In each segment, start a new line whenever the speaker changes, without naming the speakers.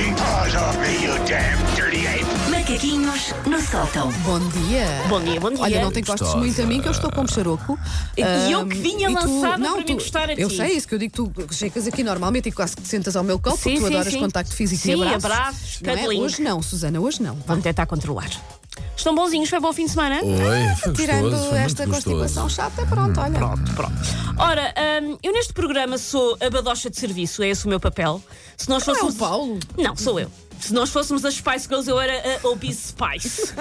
off me, you damn dirty ape!
Macaquinhos no sótão.
Bom dia.
Bom dia, bom dia.
Olha, não te encostes
Gostosa.
muito a mim que eu estou com xaroco.
E- e eu
Ahm,
que vinha
e
lançada para me
tu-
encostar a
Eu
ti.
sei isso que eu digo, tu chegas aqui normalmente e quase que te sentas ao meu colo
Sim,
porque tu
sim,
adoras
sim.
contacto físico e
Sim,
abraços.
abraços,
não é?
cuddling.
Hoje não, Susana, hoje não.
Vamos tentar controlar. Estão bonzinhos? Foi bom fim de semana?
Oi, foi
Tirando
gostoso, foi
esta
muito
constipação
gostoso. Hum,
chata, pronto, olha.
Pronto, pronto. Ora, hum, eu neste programa sou a badocha de serviço, é esse o meu papel. Se nós
Não é o
fôssemos.
Paulo?
Não, sou eu. Se nós fôssemos as Spice Girls, eu era a Obese Spice.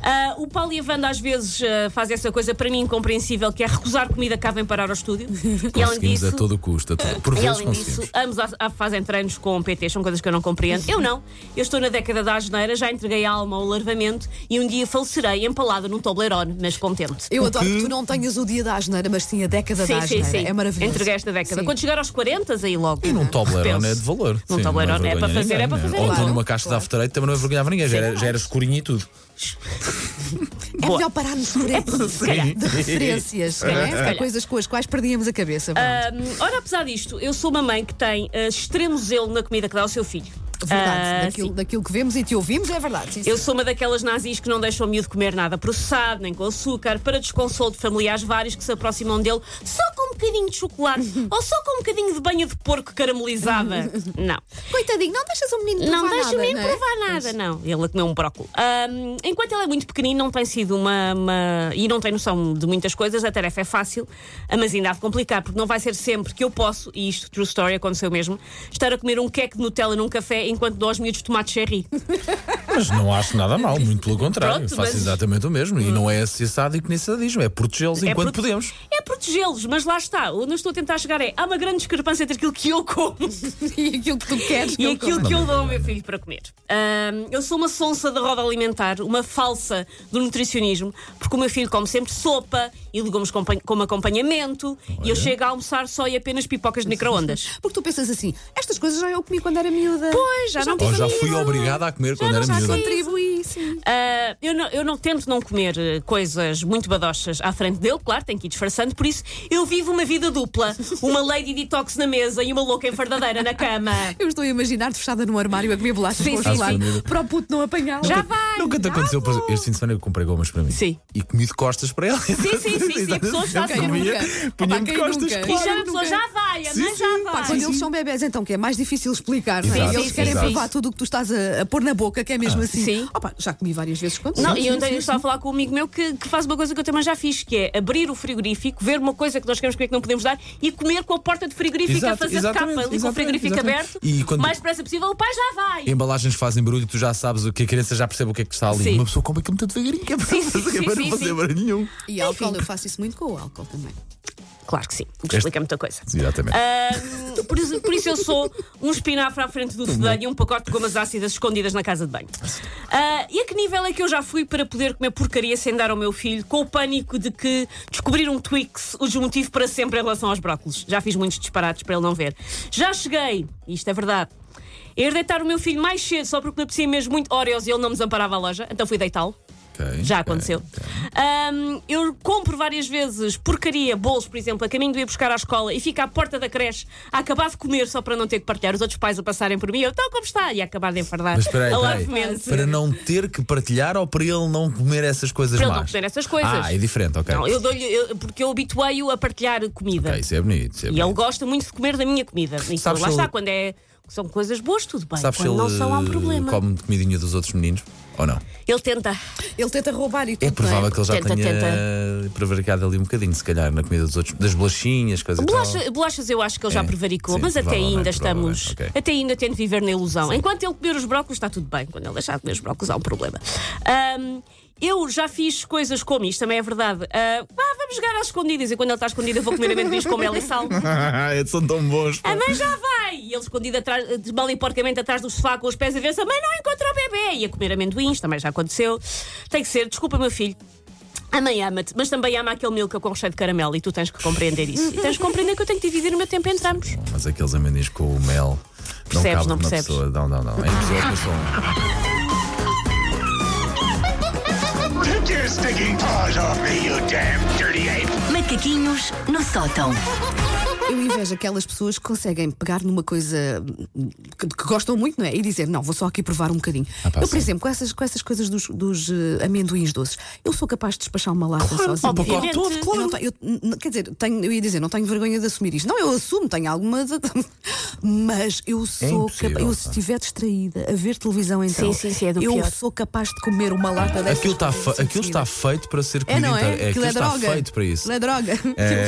Ah, o Paulo e a Wanda às vezes ah, fazem essa coisa para mim incompreensível, que é recusar comida cá vem parar ao estúdio. E além
Conseguimos
disso.
a todo custo. a todo- Por
E
vezes
além disso,
conseguimos.
ambos a- a- fazem treinos com PT, são coisas que eu não compreendo. Eu não. Eu estou na década da asneira, já entreguei a alma ao larvamento e um dia falecerei empalada num Toblerone, mas contente.
Eu adoro que tu não tenhas o dia da asneira, mas sim a década da asneira. É maravilhoso.
Entreguei esta década.
Sim.
Quando chegar aos 40, aí logo.
E num Toblerone
Repenso.
é de valor.
Num
Sim,
Toblerone
não
é para
vergonha
fazer, é
ninguém,
para fazer,
né? Ou
claro.
tu numa caixa de afterate também não é vergonhava ninguém, já era, já era escurinho e tudo.
É
Boa.
melhor pararmos por épocas
calhar.
de referências, não
calhar, se
é?
calhar.
Há coisas com as quais perdíamos a cabeça. pronto.
Hum, ora, apesar disto, eu sou uma mãe que tem ah, extremo zelo na comida que dá ao seu filho.
Verdade,
Ah,
daquilo,
sim.
daquilo que vemos e te ouvimos é verdade. sim,
Eu
sim.
sou uma daquelas nazis que não deixam o miúdo comer nada processado, nem com açúcar, para desconsolo de familiares vários que se aproximam dele só com um bocadinho de chocolate ou só com um bocadinho de banho de porco caramelizada. Não.
Coitadinho, não deixas o menino provar
Não deixa
nada,
o menino
não é?
provar nada, não. Ele a comer um brócolis. Ahm, enquanto ele é muito pequenino, não tem sido uma, uma- e não tem noção de muitas coisas, a tarefa é fácil, ah, mas ainda há de complicar, porque não vai ser sempre que eu posso, e isto, true story, aconteceu mesmo, estar a comer um queque de Nutella num café enquanto dou aos miúdos tomate cherry.
Mas não acho nada mal, muito pelo contrário.
Pronto,
Faço
mas-
exatamente o mesmo. E não é esse sádico nem sadismo, é protegê-los
É
enquanto
prote-
podemos.
É protegê-los, mas lá está. Onde eu estou a tentar chegar é há uma grande discrepância entre aquilo que eu como
E aquilo que tu queres. que
e
eu
aquilo
coma.
que eu dou ao meu filho para comer. Ahm, eu sou uma sonsa da roda alimentar, uma falsa do nutricionismo, porque o meu filho come sempre sopa e legumes com como acompanhamento e eu chego a almoçar só e apenas pipocas de micro-ondas.
Porque tu pensas assim, estas coisas já eu comi quando era miúda.
Pois, já não
Ou
tenho
já
nenhuma.
fui obrigada a comer quando era
Já
miúda.
contribuí, sim.
Ah, eu, não, eu não tento não comer eh, coisas muito badochas à frente dele, claro, tenho que ir disfarçando, por isso eu vivo uma vida dupla: uma lady detox na mesa e uma louca enfardadeira na cama.
Eu estou a imaginar-te fechada num armário a comer bolachas
Sim,
com
sim,
chocolate
sim.
para o puto não apanhá-lo.
Já vai!
Nunca te aconteceu, por exemplo, este fim de semana eu comprei gomas para mim.
Sim.
E comi de costas para ela.
sim, sim, sim, a pessoa está
Quem
Nunca.
Comia,
nunca?
punha-me
Pá,
de
quem
costas,
nunca?
E
claro.
já a pessoa
nunca.
já vai, a mãe já
Sim, sim,
vai.
Pá, quando eles são bebés, então, que é mais difícil explicar, não é?
Exato,
Eles querem
exato.
provar tudo o que tu estás a, a pôr na boca, que é mesmo
Ah.
assim.
Sim.
Opa, já comi várias vezes quando
Não, e ontem eu estava a falar com um amigo meu que, que faz uma coisa que eu também já fiz, que é abrir o frigorífico, ver uma coisa que nós queremos comer que não podemos dar e comer com a porta de frigorífico a
Exato,
fazer de
exatamente,
capa, ali com o
exatamente,
frigorífico
exatamente.
aberto,
E quando-
o mais depressa possível, o pai já vai.
Embalagens que fazem barulho, tu já sabes o que a criança já percebe o que é que está ali.
Sim.
Uma pessoa come aquilo muito devagarinho, que é para
Sim, sim,
fazer-
sim,
para não
sim,
fazer
sim.
barulho nenhum.
E álcool, eu faço isso muito com o álcool também.
Claro que sim, o que
Este-
explica muita coisa.
Exatamente.
Ahm, por, isso, por isso eu sou um espinafre à frente do cedeiro e um pacote de gomas ácidas escondidas na casa de banho. Ah, e a que nível é que eu já fui para poder comer porcaria sem dar ao meu filho, com o pânico de que descobrir um Twix o desmotive para sempre em relação aos brócolis? Já fiz muitos disparates para ele não ver. Já cheguei, e isto é verdade, a ir deitar o meu filho mais cedo só porque me apetecia mesmo muito Oreos e ele não me desamparava a loja, então fui deitá-lo.
Ok,
Já
ok.
aconteceu. Ahm, eu compro várias vezes porcaria, bolos, por exemplo, a caminho de ir buscar à escola e fico à porta da creche a acabar de comer só para não ter que partilhar. Os outros pais a passarem por mim, eu, então como está? E a acabar de enfardar.
Mas espera aí,
a
espera aí.
larvemente.
Para não ter que partilhar ou para ele não comer essas coisas
Para ele
más?
não comer essas coisas.
Ah, é diferente, ok.
Não, eu dou-lhe, eu- porque eu habituei-o a partilhar comida.
Ok, isso é bonito. Isso é
E ele
bonito.
gosta muito de comer da minha comida. E
Sabes
lá
se
está,
ele-
quando é. São coisas boas, tudo bem.
Sabes se
quando
ele
não são, há um problema.
come de comidinha dos outros meninos? Ou não?
Ele tenta.
Ele tenta roubar e tudo.
É provável
não
que ele já
Tenta,
tenha prevaricado ali um bocadinho, se calhar, na comida dos outros, das bolachinhas, coisas e
Bolacha-
tal.
bolachas eu acho que ele já
É,
prevaricou,
sim,
mas até
provavelmente,
ainda estamos.
provavelmente, ok.
Até ainda tento viver na ilusão. Enquanto ele comer os brócolos, está tudo bem. Quando ele deixar de comer os brócolos, há um problema. Ahm, eu já fiz coisas como isto, também é verdade. Ah, ah, vamos jogar às escondidas. E quando ele está escondido, eu vou comer amendoins com mel e sal.
Eles são tão bons. pá.
A mãe Ah, já vai! E ele escondido atrás, de mal e porcamente atrás do sofá com os pés a ver se a mãe não encontra o bebê. E a comer amendoins, também já aconteceu. Tem que ser, desculpa, meu filho. A mãe ama-te, mas também ama aquele milka com recheio de caramelo e tu tens que compreender isso. E tens que compreender que eu tenho que dividir o meu tempo entre ambos.
Mas aqueles amendoins com o mel.
Percebes,
não,
não
cabe numa
percebes?
Pessoa. Não, não, não. É impossível que eu sou um-
Take your stinking paws off me, you damn dirty ape!
Macaquinhos no sótão.
Eu invejo aquelas pessoas que conseguem pegar numa coisa que, que gostam muito, não é? E dizer, não, vou só aqui provar um bocadinho.
Ah, pá,
eu, por
sim.
exemplo, com essas, com essas coisas dos, dos, eh, amendoins doces, eu sou capaz de despachar uma lata sozinha.
pacote todo,
Eu
claro.
não tenho- eu n- quer dizer, tenho- eu ia dizer, não tenho vergonha de assumir isto. Não, eu assumo, tenho alguma. de- Mas eu sou
É impossível,
capaz. Eu,
pá.
se estiver distraída a ver televisão, então.
sim, sim, é do
eu
pior.
sou capaz de comer uma lata dessas.
Aquilo, tá
coisas
fe-
em
aquilo
seguida.
está feito para ser
É,
comida
não
inteira.
é?
aquilo
Aquilo é
está
droga.
feito para isso.
Aquilo é droga.
É,